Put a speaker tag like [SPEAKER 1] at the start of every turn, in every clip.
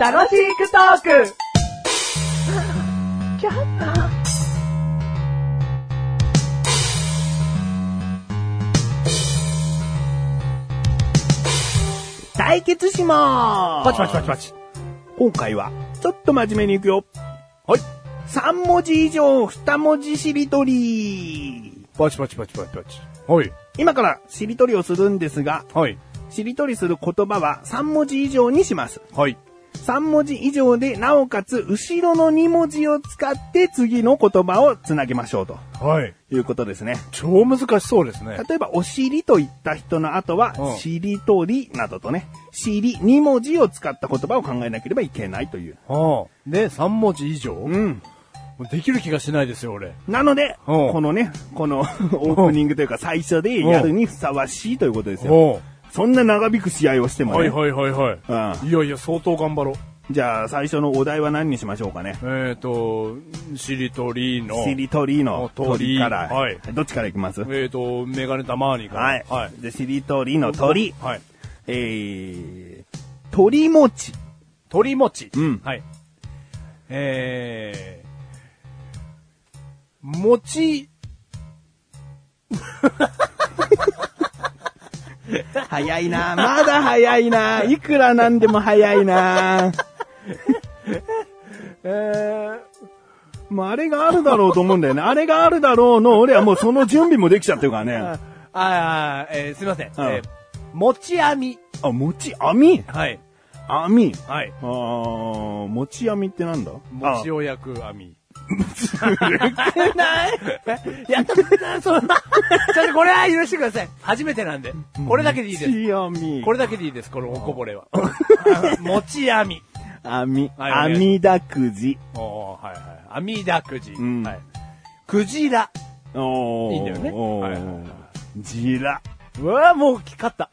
[SPEAKER 1] 楽しくトーク
[SPEAKER 2] 対決しまーす
[SPEAKER 3] パチパチパチパチ。
[SPEAKER 2] 今回は、ちょっと真面目にいくよ。
[SPEAKER 3] はい。
[SPEAKER 2] 3文字以上2文字しりとり。
[SPEAKER 3] パチパチパチパチパチ。はい。
[SPEAKER 2] 今からしりとりをするんですが、
[SPEAKER 3] はい。
[SPEAKER 2] しりとりする言葉は3文字以上にします。
[SPEAKER 3] はい。
[SPEAKER 2] 3文字以上で、なおかつ後ろの2文字を使って次の言葉をつなげましょうと
[SPEAKER 3] はい。
[SPEAKER 2] いうことですね。
[SPEAKER 3] 超難しそうですね。
[SPEAKER 2] 例えば、お尻と言った人の後は
[SPEAKER 3] う、ん
[SPEAKER 2] しりとりなどとね、尻2文字を使った言葉を考えなければいけないという。
[SPEAKER 3] はあ。で、3文字以上、も
[SPEAKER 2] うん。
[SPEAKER 3] うできる気がしないですよ、俺。
[SPEAKER 2] なので、
[SPEAKER 3] うん
[SPEAKER 2] このね、こ のオープニングというか最初でやるにふさわしいということですよ。
[SPEAKER 3] お
[SPEAKER 2] そんな長引く試合をしても
[SPEAKER 3] は
[SPEAKER 2] ね。
[SPEAKER 3] いはいはいはい。いやいや、相当頑張ろう。
[SPEAKER 2] じゃあ、最初のお題は何にしましょうかね。
[SPEAKER 3] えっ、ー、と、しりとりの、
[SPEAKER 2] しりとりの
[SPEAKER 3] お鳥
[SPEAKER 2] 鳥から。
[SPEAKER 3] はい
[SPEAKER 2] どっちからいきます
[SPEAKER 3] えっ、ー、と、メガネたまーにかな
[SPEAKER 2] はい。
[SPEAKER 3] はい。
[SPEAKER 2] で、しりとりの鳥。
[SPEAKER 3] はい。
[SPEAKER 2] えー、鳥餅。
[SPEAKER 3] 鳥餅。
[SPEAKER 2] うん
[SPEAKER 3] はい。えー、餅、
[SPEAKER 2] 早いなまだ早いないくらなんでも早い な
[SPEAKER 3] えー、
[SPEAKER 2] もうあれがあるだろうと思うんだよね。あれがあるだろうの、俺はもうその準備もできちゃってるから
[SPEAKER 3] あ
[SPEAKER 2] ね。
[SPEAKER 3] あー、えー、すいません。
[SPEAKER 2] うん
[SPEAKER 3] えー、餅網。
[SPEAKER 2] あ、餅、網
[SPEAKER 3] はい。
[SPEAKER 2] 網。
[SPEAKER 3] はい。
[SPEAKER 2] あー、餅網ってなんだ
[SPEAKER 3] 餅を焼く 網。
[SPEAKER 2] あない
[SPEAKER 3] やったことない、そんな。ちょっとこれは許してください。初めてなんで。これだけでいいです。
[SPEAKER 2] 餅網。
[SPEAKER 3] こ
[SPEAKER 2] これ、
[SPEAKER 3] れだけでいいです、このおこぼれは。 餅網。
[SPEAKER 2] 網、
[SPEAKER 3] はいお願いします
[SPEAKER 2] 網だくじ。
[SPEAKER 3] おーはいはい。網だくじ。
[SPEAKER 2] ん
[SPEAKER 3] はい。クジラ。
[SPEAKER 2] おー
[SPEAKER 3] いいんだよね
[SPEAKER 2] おー
[SPEAKER 3] はいはいはい
[SPEAKER 2] じら。
[SPEAKER 3] うわーもう、勝った。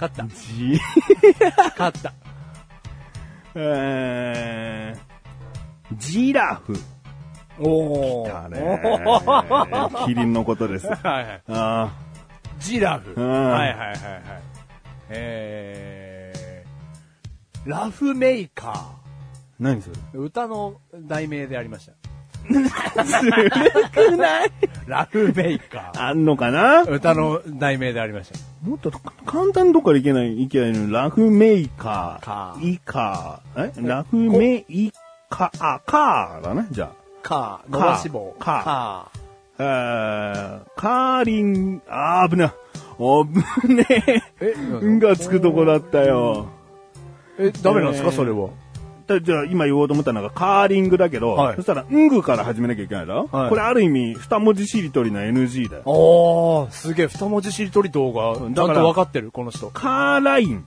[SPEAKER 3] 勝った。
[SPEAKER 2] じ、
[SPEAKER 3] 勝った。
[SPEAKER 2] えー、ジラフ。
[SPEAKER 3] おー。
[SPEAKER 2] だ
[SPEAKER 3] おー
[SPEAKER 2] ね。キリンのことです。あ
[SPEAKER 3] はいはい。
[SPEAKER 2] ー
[SPEAKER 3] ジラフ。
[SPEAKER 2] うん
[SPEAKER 3] はいはいはいはい。えー、ラフメーカ
[SPEAKER 2] 何それ
[SPEAKER 3] ー。歌の題名でありました。
[SPEAKER 2] ずるくない
[SPEAKER 3] ラフメーカ
[SPEAKER 2] あんのかな
[SPEAKER 3] ー。歌の題名でありました。
[SPEAKER 2] もっと簡単にどっからいけない、いけないのにラフメーカー。
[SPEAKER 3] カ
[SPEAKER 2] イカー。えラフメイカー。あ、カーだね、じゃ
[SPEAKER 3] カー。伸ばし棒。
[SPEAKER 2] カー
[SPEAKER 3] カー。
[SPEAKER 2] あ。えー、カーリン、あー、危な。あぶねえ。
[SPEAKER 3] え
[SPEAKER 2] うんがつくとこだったよ。
[SPEAKER 3] え、ダメなんです
[SPEAKER 2] え
[SPEAKER 3] か
[SPEAKER 2] ー
[SPEAKER 3] それは。
[SPEAKER 2] だじゃあ今言おうと思ったのがカーリングだけど、
[SPEAKER 3] はい
[SPEAKER 2] そしたら、うんぐから始めなきゃいけないだろ、
[SPEAKER 3] はい
[SPEAKER 2] これある意味、二文字しりとりの NG だよ。
[SPEAKER 3] おー、すげえ、二文字しりとり動画、ちゃ
[SPEAKER 2] うんん
[SPEAKER 3] と
[SPEAKER 2] だから
[SPEAKER 3] わかってる、この人。
[SPEAKER 2] カーライン。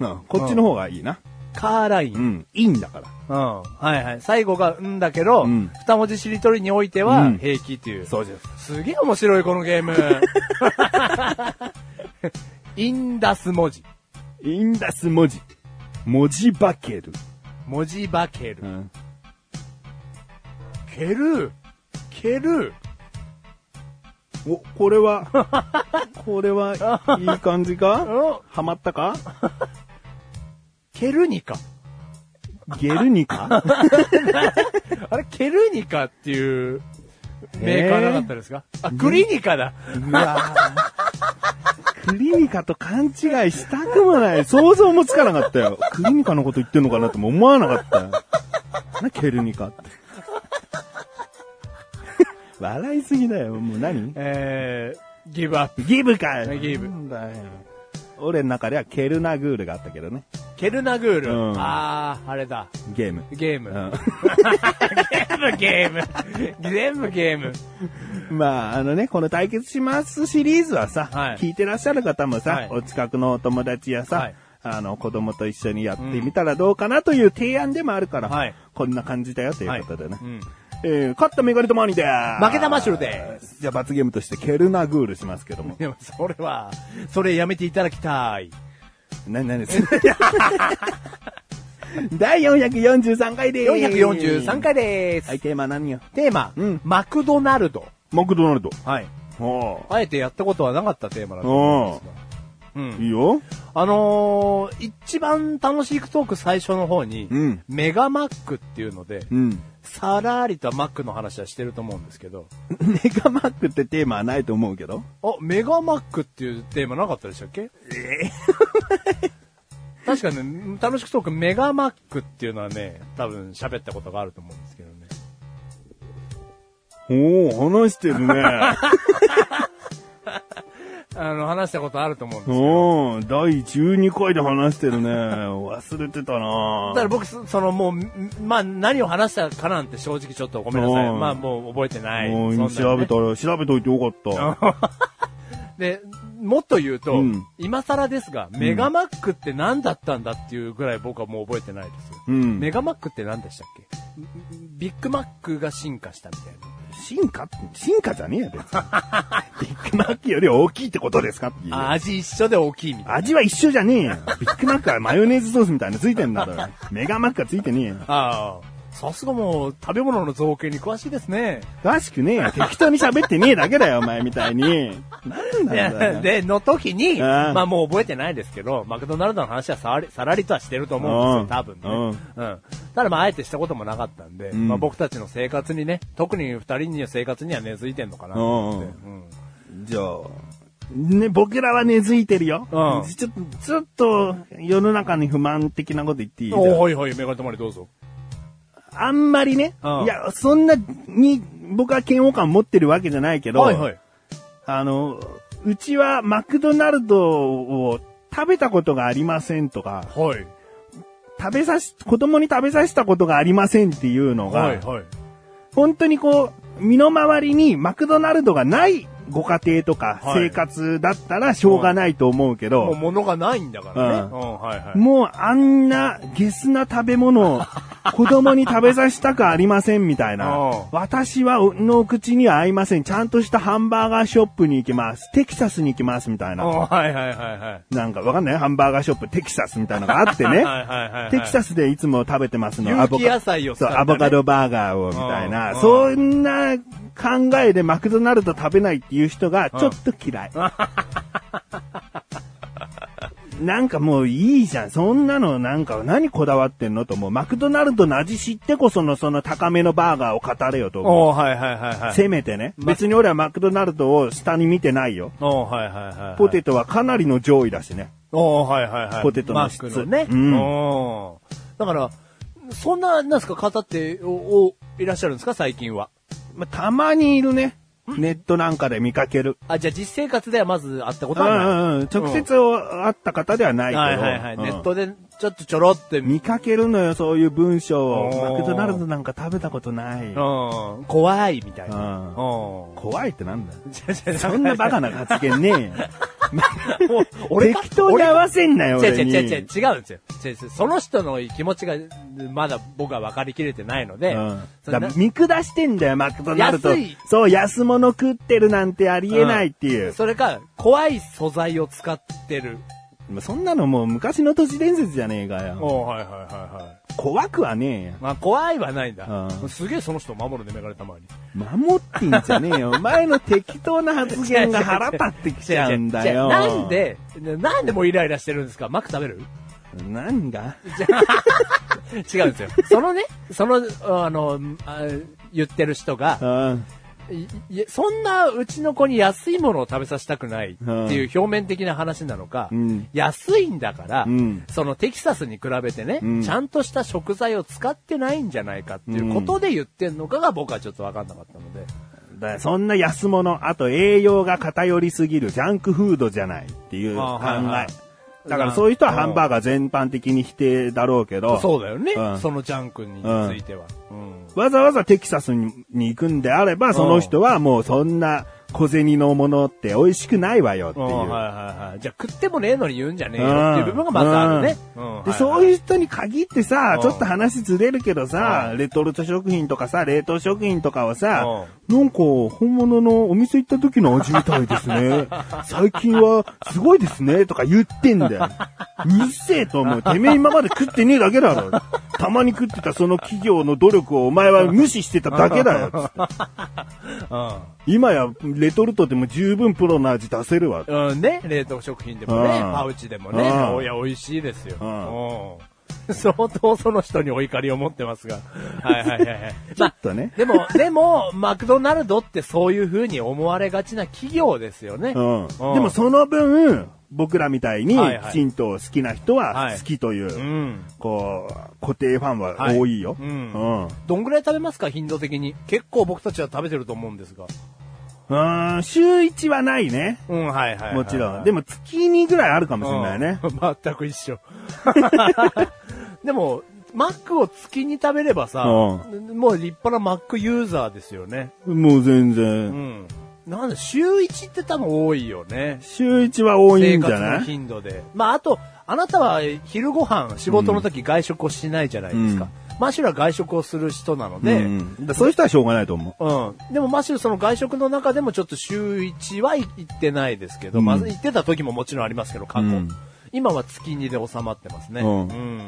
[SPEAKER 2] うん、こっちの方がいいな。
[SPEAKER 3] カーライン。
[SPEAKER 2] う
[SPEAKER 3] うん。
[SPEAKER 2] ん、インだから。
[SPEAKER 3] はいはい。最後が、うんだけど、
[SPEAKER 2] うん
[SPEAKER 3] 二文字しりとりにおいては
[SPEAKER 2] う、ん
[SPEAKER 3] 平気っていう。
[SPEAKER 2] そうです。
[SPEAKER 3] すげえ面白い、このゲーム。 インダス文字。
[SPEAKER 2] インダス文字。文字化ける。
[SPEAKER 3] 文字化ける。
[SPEAKER 2] ん。
[SPEAKER 3] ける。ける。
[SPEAKER 2] お、これは、 これは、いい感じ か
[SPEAKER 3] うん
[SPEAKER 2] ハマったか
[SPEAKER 3] ケルニカ。
[SPEAKER 2] ゲルニカ
[SPEAKER 3] あれ、ケルニカっていうメーカーなかったですか、あ、クリニカだ。
[SPEAKER 2] うわぁクリニカと勘違いしたくもない。想像もつかなかったよ。クリニカのこと言ってんのかなとも思わなかったよ。な、ケルニカって。 笑いすぎだよ。もう何
[SPEAKER 3] えー、ギブアップ。
[SPEAKER 2] ギブかよ。
[SPEAKER 3] ギブ
[SPEAKER 2] なんだよ。俺の中ではケルナグールがあったけどね。
[SPEAKER 3] ケルナグール。
[SPEAKER 2] うん
[SPEAKER 3] あー、あれだ。
[SPEAKER 2] ゲーム。
[SPEAKER 3] ゲーム。
[SPEAKER 2] う
[SPEAKER 3] 全部ゲーム。全部ゲーム。
[SPEAKER 2] んまあ、あのね、この対決しますシリーズはさ、
[SPEAKER 3] はい
[SPEAKER 2] 聞いてらっしゃる方もさ、
[SPEAKER 3] はい
[SPEAKER 2] お近くのお友達やさ、
[SPEAKER 3] はい
[SPEAKER 2] あの、子供と一緒にやってみたらどうかなという提案でもあるから、
[SPEAKER 3] はい
[SPEAKER 2] こんな感じだよということでね。
[SPEAKER 3] うん。
[SPEAKER 2] えー勝ったメガネとマーニーでー。
[SPEAKER 3] 負けたマッシュルです
[SPEAKER 2] じゃあ罰ゲームとしてケルナグールしますけど も。
[SPEAKER 3] でも、それは、それやめていただきたい。
[SPEAKER 2] な、なにです 第443回でーす。
[SPEAKER 3] 443。回です。
[SPEAKER 2] はい、テーマ何よ
[SPEAKER 3] テーマ、
[SPEAKER 2] うん
[SPEAKER 3] マクドナルド。
[SPEAKER 2] マクドナルド。
[SPEAKER 3] はい。
[SPEAKER 2] おー
[SPEAKER 3] あえてやったことはなかったテーマなんですがうん
[SPEAKER 2] いいよ。
[SPEAKER 3] あのー一番楽しいトーク最初の方に、
[SPEAKER 2] うん
[SPEAKER 3] メガマックっていうので、
[SPEAKER 2] うん。
[SPEAKER 3] さらりとマックの話はしてると思うんですけど、
[SPEAKER 2] メガマックってテーマはないと思うけど。
[SPEAKER 3] あ、メガマックっていうテーマなかったでしたっけ確かね、楽しくトークメガマックっていうのはね、多分喋ったことがあると思うんですけどね。
[SPEAKER 2] おお話してるね。
[SPEAKER 3] あの、話したことあると思うんですけど。
[SPEAKER 2] おー第12回で話してるね。忘れてたな
[SPEAKER 3] だから僕、そそのもう、んまあ何を話したかなんて正直ちょっとごめんなさい。
[SPEAKER 2] うん
[SPEAKER 3] まあもう覚えてない。
[SPEAKER 2] もう
[SPEAKER 3] そんな
[SPEAKER 2] 今調
[SPEAKER 3] ね
[SPEAKER 2] べたら、調べといてよかった。
[SPEAKER 3] で、もっと言うと、
[SPEAKER 2] うん
[SPEAKER 3] 今更ですが、メガマックって何だったんだっていうぐらい僕はもう覚えてないですよ。
[SPEAKER 2] うん
[SPEAKER 3] メガマックって何でしたっけビッグマックが進化したみたいな。
[SPEAKER 2] 進化進化じゃねえ よ、別にビッグマックより大きいってことですかっていう
[SPEAKER 3] あ味一緒で大きいみたいな。
[SPEAKER 2] 味は一緒じゃねえよ。ビッグマックはマヨネーズソースみたいなのついてんだろ。メガマックはついてねえよ。
[SPEAKER 3] ああ、さすがもう食べ物の造形に詳しいですね。
[SPEAKER 2] 詳しくねえよ。適当に喋ってねえだけだよ、お前みたいに。なんなんだよ。
[SPEAKER 3] で、の時に、
[SPEAKER 2] ん
[SPEAKER 3] まあもう覚えてないですけど、マクドナルドの話はさらりさらりとはしてると思うんですよ、多分ね。うん。ただまああえてしたこともなかったんで、
[SPEAKER 2] ん
[SPEAKER 3] まあ僕たちの生活にね、特に二人の生活には根付いてんのかなと思って。うん。
[SPEAKER 2] じゃあ、ね、僕らは根付いてるよ。
[SPEAKER 3] うん
[SPEAKER 2] ちょっと、ちょっと、世の中に不満的なこと言っていいじゃ
[SPEAKER 3] お
[SPEAKER 2] ん
[SPEAKER 3] はいはい、メガネ止まりどうぞ。
[SPEAKER 2] あんまりね、
[SPEAKER 3] うん
[SPEAKER 2] いや、そんなに、僕は嫌悪感持ってるわけじゃないけど、
[SPEAKER 3] はいはい。
[SPEAKER 2] あの、うちはマクドナルドを食べたことがありませんとか、
[SPEAKER 3] はい。
[SPEAKER 2] 食べさし、子供に食べさせたことがありませんっていうのが、
[SPEAKER 3] はいはい。
[SPEAKER 2] 本当にこう、身の回りにマクドナルドがないご家庭とか
[SPEAKER 3] はい
[SPEAKER 2] 生活だったらしょうがないと思うけ
[SPEAKER 3] も
[SPEAKER 2] ど、
[SPEAKER 3] う物がないんだからね。う、
[SPEAKER 2] うん
[SPEAKER 3] はいはい。
[SPEAKER 2] もうあんなゲスな食べ 物を子供に食べさせたくありませんみたい
[SPEAKER 3] うん
[SPEAKER 2] な。私はおのお口には合いません。ちゃんとしたハンバーガーショップに行きます。テキサスに行きますみたい
[SPEAKER 3] うん、
[SPEAKER 2] な。
[SPEAKER 3] はいはいはいはい。
[SPEAKER 2] なんかわかんないハンバーガーショップテキサスみたいなのがあってね。
[SPEAKER 3] はいはいはいはい。
[SPEAKER 2] テキサスでいつも食べてますの。
[SPEAKER 3] 有機野菜を使
[SPEAKER 2] そう、
[SPEAKER 3] ったね
[SPEAKER 2] アボカドバーガーを、みたい
[SPEAKER 3] うん
[SPEAKER 2] な。そんな考えでマクドナルド食べないっていう人が、ちょっと嫌い。 なんかもういいじゃん。そんなのなんか何こだわってんのと思う。マクドナルドの味知ってこそのその高めのバーガーを語れよと思う。
[SPEAKER 3] おーはいはいはいはい。
[SPEAKER 2] せめてね。別に俺はマクドナルドを下に見てないよ。
[SPEAKER 3] おーはいはいはいはい。
[SPEAKER 2] ポテトはかなりの上位だしね。
[SPEAKER 3] おーはいはいはい。
[SPEAKER 2] ポテトの質
[SPEAKER 3] マックのね。
[SPEAKER 2] うん
[SPEAKER 3] おーだから、そんな、なんすか、方って、お、おいらっしゃるんですか、最近は。
[SPEAKER 2] まあ、たまにいるね。ネットなんかで見かける。
[SPEAKER 3] あ、じゃあ実生活ではまず会ったこ
[SPEAKER 2] う
[SPEAKER 3] とはない。
[SPEAKER 2] んうんうん。直接会った方ではないけど。
[SPEAKER 3] はいはいはい。ネッ
[SPEAKER 2] うん
[SPEAKER 3] トで、ちょっとちょろって見、
[SPEAKER 2] 見かけるのよ、そういう文章
[SPEAKER 3] おー
[SPEAKER 2] を。マクドナルドなんか食べたことない。
[SPEAKER 3] うん、怖いみたいな。
[SPEAKER 2] うん
[SPEAKER 3] うん。
[SPEAKER 2] 怖いってなん だよ。
[SPEAKER 3] じゃじゃじゃ
[SPEAKER 2] そんなバカな発言ねえよ。
[SPEAKER 3] もう 俺が
[SPEAKER 2] 適当に合わせんなよ、
[SPEAKER 3] 違う
[SPEAKER 2] 俺に。
[SPEAKER 3] 違う違う違う、違うんですよ。違う違うその人の気持ちが、まだ僕は分かりきれてないので、
[SPEAKER 2] うん
[SPEAKER 3] そ
[SPEAKER 2] だ
[SPEAKER 3] ん
[SPEAKER 2] か
[SPEAKER 3] な
[SPEAKER 2] ら見下してんだよ、マクドナルド
[SPEAKER 3] 安い。
[SPEAKER 2] そう、安物食ってるなんてありえないっていう。
[SPEAKER 3] それか、怖い素材を使ってる。
[SPEAKER 2] まあそんなのもう昔の都市伝説じゃねえかよ。
[SPEAKER 3] おはいはいはいはい。
[SPEAKER 2] 怖くはねえよ。
[SPEAKER 3] まあ、怖いはないんだ。
[SPEAKER 2] うん
[SPEAKER 3] すげえその人を守るね、メガネたまに。
[SPEAKER 2] 守ってんじゃねえよ。お前の適当な発言が腹立ってきちゃうんだよ。
[SPEAKER 3] 違う違う違うなんで、なんでもうイライラしてるんですかマック食べる
[SPEAKER 2] なんだ
[SPEAKER 3] 違うんですよ。 そのね、その、あの、あ言ってる人が、
[SPEAKER 2] うん。
[SPEAKER 3] いいそんなうちの子に安いものを食べさせたくないっていう表面的な話なのか、
[SPEAKER 2] うん
[SPEAKER 3] 安いんだから、
[SPEAKER 2] うん
[SPEAKER 3] そのテキサスに比べてね、
[SPEAKER 2] うん
[SPEAKER 3] ちゃんとした食材を使ってないんじゃないかっていうことで言ってんのかが僕はちょっとわかんなかったので。
[SPEAKER 2] だからそんな安物、あと栄養が偏りすぎるジャンクフードじゃないっていう考え。
[SPEAKER 3] あはいはい
[SPEAKER 2] だからそういう人はハンバーガー全般的に否定だろうけど、
[SPEAKER 3] そうだよね、
[SPEAKER 2] うん
[SPEAKER 3] そのジャンクについては。うん
[SPEAKER 2] わざわざテキサスにに行くんであれば、その人はもうそんな小銭のものって美味しくないわよっていう。
[SPEAKER 3] うんはいはいはい。じゃあ食ってもねえのに言うんじゃねえよっていう部分がまずあるね。うん。
[SPEAKER 2] で、そういうう人に限ってさ
[SPEAKER 3] うん、
[SPEAKER 2] ちょっと話ずれるけど
[SPEAKER 3] う
[SPEAKER 2] さ、レトルト食品とかさ、冷凍食品とかをさ、なんか、本物のお店行った時の味みたいです ね。最近は、すごいですね、とか言ってんだよ。見せえと思う。てめえ今まで食ってねえだけだろ。たまに食ってたその企業の努力をお前は無視してただけだよ。 つって今や、レトルトでも十分プロの味出せるわ。
[SPEAKER 3] うん。うんね、冷凍食品でもね、
[SPEAKER 2] うん
[SPEAKER 3] パウチでもね、
[SPEAKER 2] うん
[SPEAKER 3] おや、美味しいですよ。
[SPEAKER 2] う
[SPEAKER 3] うん。相当その人にお怒りを持ってますが。はいはいはいはい。
[SPEAKER 2] ちょっとね。
[SPEAKER 3] でも、でも、マクドナルドってそういう風に思われがちな企業ですよね。
[SPEAKER 2] うん。で
[SPEAKER 3] うん
[SPEAKER 2] もその分、僕らみたいに
[SPEAKER 3] はいは、い
[SPEAKER 2] 神道好きな人
[SPEAKER 3] は
[SPEAKER 2] はい好きという、
[SPEAKER 3] うん。
[SPEAKER 2] こう、固定ファンは多いよ。
[SPEAKER 3] はいうん
[SPEAKER 2] うん。
[SPEAKER 3] どんぐらい食べますか頻度的に。結構僕たちは食べてると思うんですが。
[SPEAKER 2] うん、週1はないね。
[SPEAKER 3] うん、はいはいはいはい。
[SPEAKER 2] もちろん。でも月にぐらいあるかもしれないね。
[SPEAKER 3] うん。 全く一緒。でも、マックを月に食べればさ、
[SPEAKER 2] う
[SPEAKER 3] もう立派なマックユーザーですよね。
[SPEAKER 2] もう全
[SPEAKER 3] う
[SPEAKER 2] 然。
[SPEAKER 3] ん。なんだ、週1って多分多いよね。
[SPEAKER 2] 週1は多い
[SPEAKER 3] 生
[SPEAKER 2] んじ
[SPEAKER 3] 活
[SPEAKER 2] ゃな
[SPEAKER 3] の
[SPEAKER 2] い
[SPEAKER 3] 頻度で。まあ、あと、あなたは昼ご飯、仕事の時外食をしないじゃないですか。マシュラは外食をする人なの
[SPEAKER 2] う
[SPEAKER 3] で、うんん。
[SPEAKER 2] うん。だそういう人はしょうがないと思う。
[SPEAKER 3] でもマシュルその外食の中でもちょっと週1は行ってないですけど、
[SPEAKER 2] うん
[SPEAKER 3] まず行ってた時ももちろんありますけど、過去。
[SPEAKER 2] うん
[SPEAKER 3] 今は月2で収まってますね。
[SPEAKER 2] うん
[SPEAKER 3] うん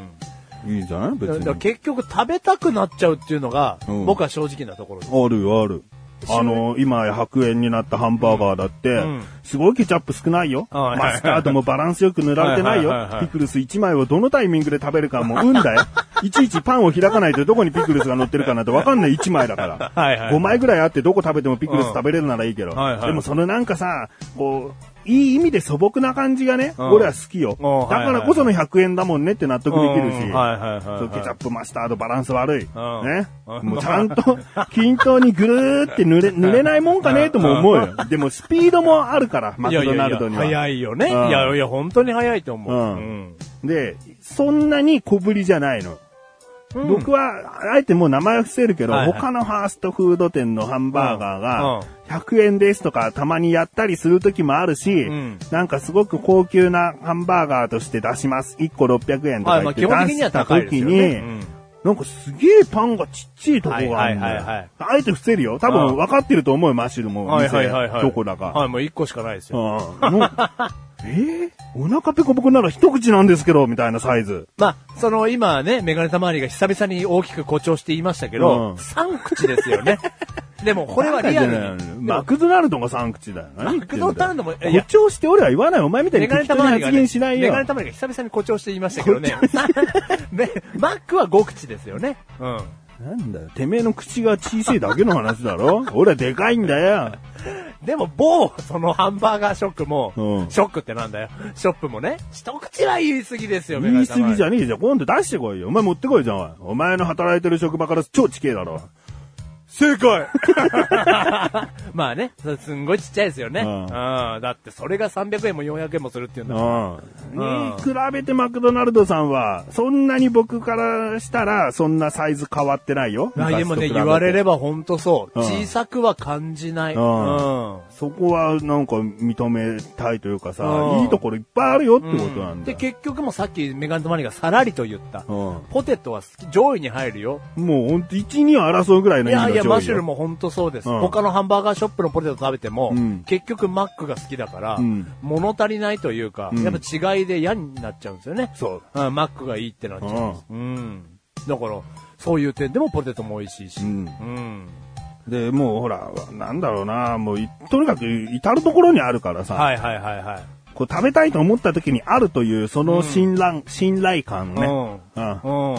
[SPEAKER 2] いいんじゃない別
[SPEAKER 3] だから
[SPEAKER 2] に。
[SPEAKER 3] 結局食べたくなっちゃうっていうのが、
[SPEAKER 2] うん
[SPEAKER 3] 僕は正直なところです。
[SPEAKER 2] あるよ、ある。あの、今、100円になったハンバーガーだって、
[SPEAKER 3] うん
[SPEAKER 2] すごいケチャップ少ないよ。
[SPEAKER 3] はい
[SPEAKER 2] マスタードもバランスよく塗られてないよ
[SPEAKER 3] はいはいはいは。い
[SPEAKER 2] ピクルス1枚をどのタイミングで食べるかもう運 だよ。いちいちパンを開かないとどこにピクルスが乗ってるかなんてわかんない1枚だから。
[SPEAKER 3] はいはい
[SPEAKER 2] 5枚ぐらいあってどこ食べてもピクルス食べれるならいいけど。
[SPEAKER 3] んはいはい
[SPEAKER 2] でもそのなんかさ、こう、いい意味で素朴な感じがね、
[SPEAKER 3] うん
[SPEAKER 2] 俺は好きよ。
[SPEAKER 3] うん
[SPEAKER 2] だからこその100円だもんねって納得できるし。
[SPEAKER 3] うんはいはいはいはい
[SPEAKER 2] そうケチャップマスタードバランス悪い。ね。
[SPEAKER 3] うん
[SPEAKER 2] もうちゃんと 均等にぐるーって 濡れ、濡れないもんかねとも思うよ。でもスピードもあるから、マ
[SPEAKER 3] い
[SPEAKER 2] ク
[SPEAKER 3] やいや
[SPEAKER 2] ド
[SPEAKER 3] いや
[SPEAKER 2] ナルドには。
[SPEAKER 3] 早いよね。い
[SPEAKER 2] うん
[SPEAKER 3] やいや、本当に早いと思う。
[SPEAKER 2] うで、そんなに小ぶりじゃないの。
[SPEAKER 3] うん
[SPEAKER 2] 僕は、あえてもう名前は伏せるけど、
[SPEAKER 3] はいはい
[SPEAKER 2] 他のファーストフード店のハンバーガー
[SPEAKER 3] うんう
[SPEAKER 2] が
[SPEAKER 3] ん、
[SPEAKER 2] 100円ですとかたまにやったりする時もあるし、
[SPEAKER 3] ん
[SPEAKER 2] なんかすごく高級なハンバーガーとして出します。1個600円と
[SPEAKER 3] は
[SPEAKER 2] か
[SPEAKER 3] い、
[SPEAKER 2] 言
[SPEAKER 3] まあ
[SPEAKER 2] って
[SPEAKER 3] 基
[SPEAKER 2] 出
[SPEAKER 3] 本的には
[SPEAKER 2] した
[SPEAKER 3] 高いです
[SPEAKER 2] 時
[SPEAKER 3] よ
[SPEAKER 2] に、
[SPEAKER 3] ね。うん
[SPEAKER 2] なんかすげえパンがちっちゃいとこがあるんだよ。
[SPEAKER 3] はいはいはいはい
[SPEAKER 2] あえて伏せるよ。多分分かってると思うよ、マッシュルも。
[SPEAKER 3] はいはいはいはい。
[SPEAKER 2] どこだか。
[SPEAKER 3] はい、もう一個しかないです
[SPEAKER 2] うん
[SPEAKER 3] よ。
[SPEAKER 2] もう えーお腹ペコペコなら一口なんですけど、みたいなサイズ。
[SPEAKER 3] まあ、その今ね、メガネたまわりが久々に大きく誇張して言いましたけ
[SPEAKER 2] うん
[SPEAKER 3] ど、3口ですよ ね。でもこれはリアルに。
[SPEAKER 2] マクドナルドが3口だよ。何言ってんだよ
[SPEAKER 3] マクドナルドもいや
[SPEAKER 2] 誇張して俺は言わない。お前みたい
[SPEAKER 3] メ
[SPEAKER 2] に
[SPEAKER 3] ガネ
[SPEAKER 2] 適当
[SPEAKER 3] た
[SPEAKER 2] に
[SPEAKER 3] まわり
[SPEAKER 2] 発
[SPEAKER 3] がね、
[SPEAKER 2] 言しない
[SPEAKER 3] メ
[SPEAKER 2] よ
[SPEAKER 3] ガ。ネたまわりが久々に誇張して言いましたけどね。 ねマックは5口ですよね。うん。
[SPEAKER 2] なんだよ。てめえの口が小さいだけの話だろ 俺はでかいんだよ。
[SPEAKER 3] でも、某、そのハンバーガーショックも、
[SPEAKER 2] うん
[SPEAKER 3] ショックってなんだよ。ショップもね、一口は言い過ぎですよ、
[SPEAKER 2] 言い過ぎじ
[SPEAKER 3] ん。
[SPEAKER 2] ゃねえじゃん。今度出してこいよ。お前持ってこいじゃんおい。お前の働いてる職場から超地形だろ。
[SPEAKER 3] 正解まあね、それすんごいちっちゃいですよね。
[SPEAKER 2] う
[SPEAKER 3] うんん。だって、それが300円も400円もするっていうんだもん
[SPEAKER 2] うん。
[SPEAKER 3] うん
[SPEAKER 2] に比べてマクドナルドさんは、そんなに僕からしたら、そんなサイズ変わってないよ。
[SPEAKER 3] あでも
[SPEAKER 2] 昔と比べ
[SPEAKER 3] ね、
[SPEAKER 2] て
[SPEAKER 3] 言われれば本当そう。
[SPEAKER 2] うん
[SPEAKER 3] 小さくは感じない。
[SPEAKER 2] う
[SPEAKER 3] うんん。
[SPEAKER 2] そこはなんか認めたいというかさ
[SPEAKER 3] う、ん
[SPEAKER 2] いいところいっぱいあるよってことなんだ
[SPEAKER 3] で、
[SPEAKER 2] よ。
[SPEAKER 3] 結局もさっきメガネとマリがさらりと言った。
[SPEAKER 2] うん
[SPEAKER 3] ポテトは好き上位に入るよ。
[SPEAKER 2] もうほんと、1、2争うぐらいの
[SPEAKER 3] い
[SPEAKER 2] 意味
[SPEAKER 3] や
[SPEAKER 2] の
[SPEAKER 3] いや、
[SPEAKER 2] 上位よ
[SPEAKER 3] マシュルも本当そうです、
[SPEAKER 2] うん
[SPEAKER 3] 他のハンバーガーショップのポテト食べても、
[SPEAKER 2] うん
[SPEAKER 3] 結局マックが好きだから、
[SPEAKER 2] うん
[SPEAKER 3] 物足りないというか、
[SPEAKER 2] うん
[SPEAKER 3] やっぱ違いで嫌になっちゃうんですよね。
[SPEAKER 2] そう。
[SPEAKER 3] うんマックがいいってなっちゃうんです。うん。だから、そういう点でもポテトも美味しいし。
[SPEAKER 2] う
[SPEAKER 3] うんん。
[SPEAKER 2] で、もうほら、なんだろうな、もうい、とにかく至るところにあるからさ、
[SPEAKER 3] はいはいはいはい。
[SPEAKER 2] こう食べたいと思った時にあるという、その信頼、信頼感ね、
[SPEAKER 3] う
[SPEAKER 2] うん
[SPEAKER 3] ん。うん。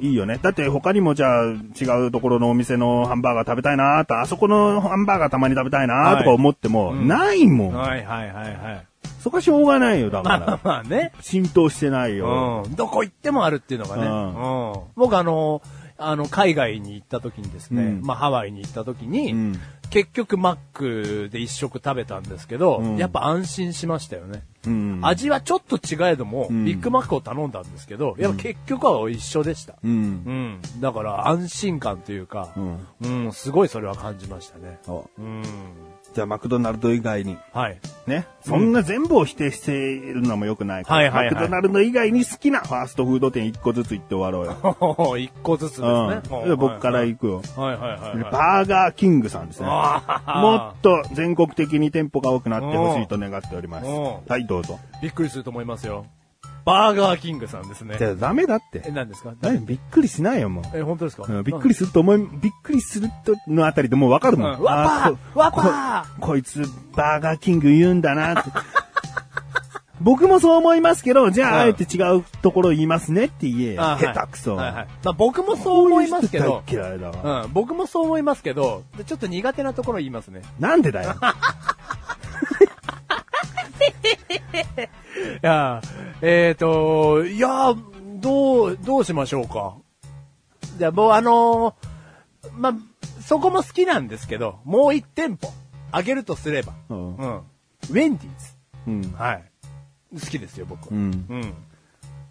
[SPEAKER 2] いいよね。だって他にもじゃあ違うところのお店のハンバーガー食べたいなーと、あそこのハンバーガーたまに食べたいなーとか思っても、
[SPEAKER 3] うん
[SPEAKER 2] ないもん。
[SPEAKER 3] はいはいはいはい。
[SPEAKER 2] そこはしょうがないよ、だか
[SPEAKER 3] まあ
[SPEAKER 2] ら。
[SPEAKER 3] まあね。
[SPEAKER 2] 浸透してないよ。
[SPEAKER 3] うん。どこ行ってもあるっていうのがね。
[SPEAKER 2] う
[SPEAKER 3] うん。僕あの、あの、海外に行った時にですね、
[SPEAKER 2] うん
[SPEAKER 3] まあハワイに行った時に、
[SPEAKER 2] うん
[SPEAKER 3] 結局マックで一食食べたんですけど、
[SPEAKER 2] うん
[SPEAKER 3] やっぱ安心しましたよね。
[SPEAKER 2] うん。
[SPEAKER 3] 味はちょっと違えども、
[SPEAKER 2] ん
[SPEAKER 3] ビッグマックを頼んだんですけど、やっぱ結局は一緒でした。
[SPEAKER 2] うん。
[SPEAKER 3] うん。だから安心感というか、
[SPEAKER 2] うん
[SPEAKER 3] うん、すごいそれは感じましたね。
[SPEAKER 2] そう
[SPEAKER 3] うん。
[SPEAKER 2] じゃあマクドナルド以外に、
[SPEAKER 3] はい。
[SPEAKER 2] ね。そんな全部を否定してるのも良くないから。
[SPEAKER 3] はいはいはい
[SPEAKER 2] マクドナルド以外に好きなファーストフード店1個ずつ行って終わろうよ。
[SPEAKER 3] 一個ずつですね。
[SPEAKER 2] うん。じゃあ僕から行くよ。
[SPEAKER 3] はいはいはいはい。
[SPEAKER 2] バーガーキングさんですね。も
[SPEAKER 3] あ
[SPEAKER 2] っと全国的に店舗が多くなってほしいと願っております。
[SPEAKER 3] うん
[SPEAKER 2] はい、どうぞ。
[SPEAKER 3] びっくりすると思いますよ。バーガーキングさんですね
[SPEAKER 2] じ。ゃあダメだっ
[SPEAKER 3] え、
[SPEAKER 2] て。
[SPEAKER 3] 何ですか
[SPEAKER 2] 何びっくりしないよ、もう。
[SPEAKER 3] え、本当ですか
[SPEAKER 2] うんびっくりすると思い、びっくりするとのあたりでもうわかるもん。
[SPEAKER 3] うんわっぱ
[SPEAKER 2] あ
[SPEAKER 3] ー
[SPEAKER 2] こ
[SPEAKER 3] わっぱ
[SPEAKER 2] ここいつ、バーガーキング言うんだなって。 僕もそう思いますけど、じゃあ、あ
[SPEAKER 3] うん
[SPEAKER 2] えて違うところ言いますねって言えよ。
[SPEAKER 3] あはい
[SPEAKER 2] 下手くそ。
[SPEAKER 3] はいはい。まあ僕もそう思いますけ
[SPEAKER 2] こ
[SPEAKER 3] ど
[SPEAKER 2] ういう、人大嫌いだ
[SPEAKER 3] う
[SPEAKER 2] わ。
[SPEAKER 3] ん、僕もそう思いますけど、でちょっと苦手なところ言いますね。
[SPEAKER 2] なんでだよ。
[SPEAKER 3] いやー、えっ、と、いやー、どう、どうしましょうか。じゃあもうあのーまあ、そこも好きなんですけど、もう一店舗、あげるとすれば、
[SPEAKER 2] うん
[SPEAKER 3] うん。ウェンディー
[SPEAKER 2] うん
[SPEAKER 3] ズ。。はい。好きですよ、僕は。
[SPEAKER 2] うん。
[SPEAKER 3] うん。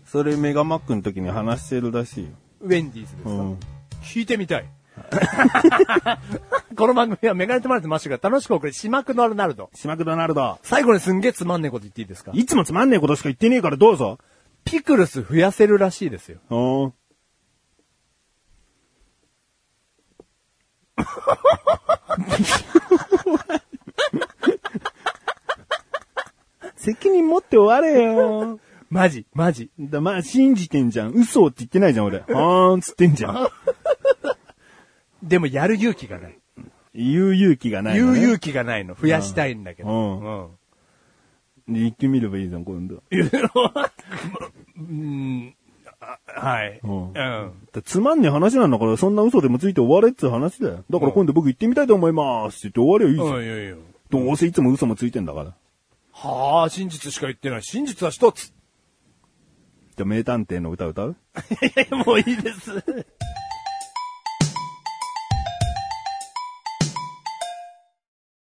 [SPEAKER 2] それメガマックの時に話してるらしいよ。
[SPEAKER 3] ウェンディーズですか、
[SPEAKER 2] うん
[SPEAKER 3] 聞いてみたい。 この番組はメガネとマルてましたが、楽しくお送り、しまくのナルド。
[SPEAKER 2] シマクドナルド。
[SPEAKER 3] 最後にすんげえつまんねえこと言っていいですか
[SPEAKER 2] いつもつまんねえことしか言ってねえからどうぞ。
[SPEAKER 3] ピクルス増やせるらしいですよ。
[SPEAKER 2] お ー責任持って終われよ。
[SPEAKER 3] マジ、マジ。
[SPEAKER 2] だまあ、信じてんじゃん。嘘って言ってないじゃん、俺。あーんつってんじゃん。
[SPEAKER 3] でもやる勇気がない。
[SPEAKER 2] 言う勇気がない
[SPEAKER 3] 言
[SPEAKER 2] の、
[SPEAKER 3] う
[SPEAKER 2] ね。
[SPEAKER 3] 勇気がないの。増やしたいんだけど。
[SPEAKER 2] うん
[SPEAKER 3] うん。
[SPEAKER 2] 言ってみればいいじゃん、今度。
[SPEAKER 3] うん。あはい。う
[SPEAKER 2] うん
[SPEAKER 3] ん。
[SPEAKER 2] だつまんねえ話なんだから、そんな嘘でもついて終われっつう話だよ。だから今度僕行ってみたいと思いますって言って終わりゃいいじゃん。
[SPEAKER 3] うん、いやいや。
[SPEAKER 2] どうせいつも嘘もついてんだから。
[SPEAKER 3] はあ、真実しか言って ない。真実は一つ。
[SPEAKER 2] じゃあ名探偵の歌歌う
[SPEAKER 3] もういいです。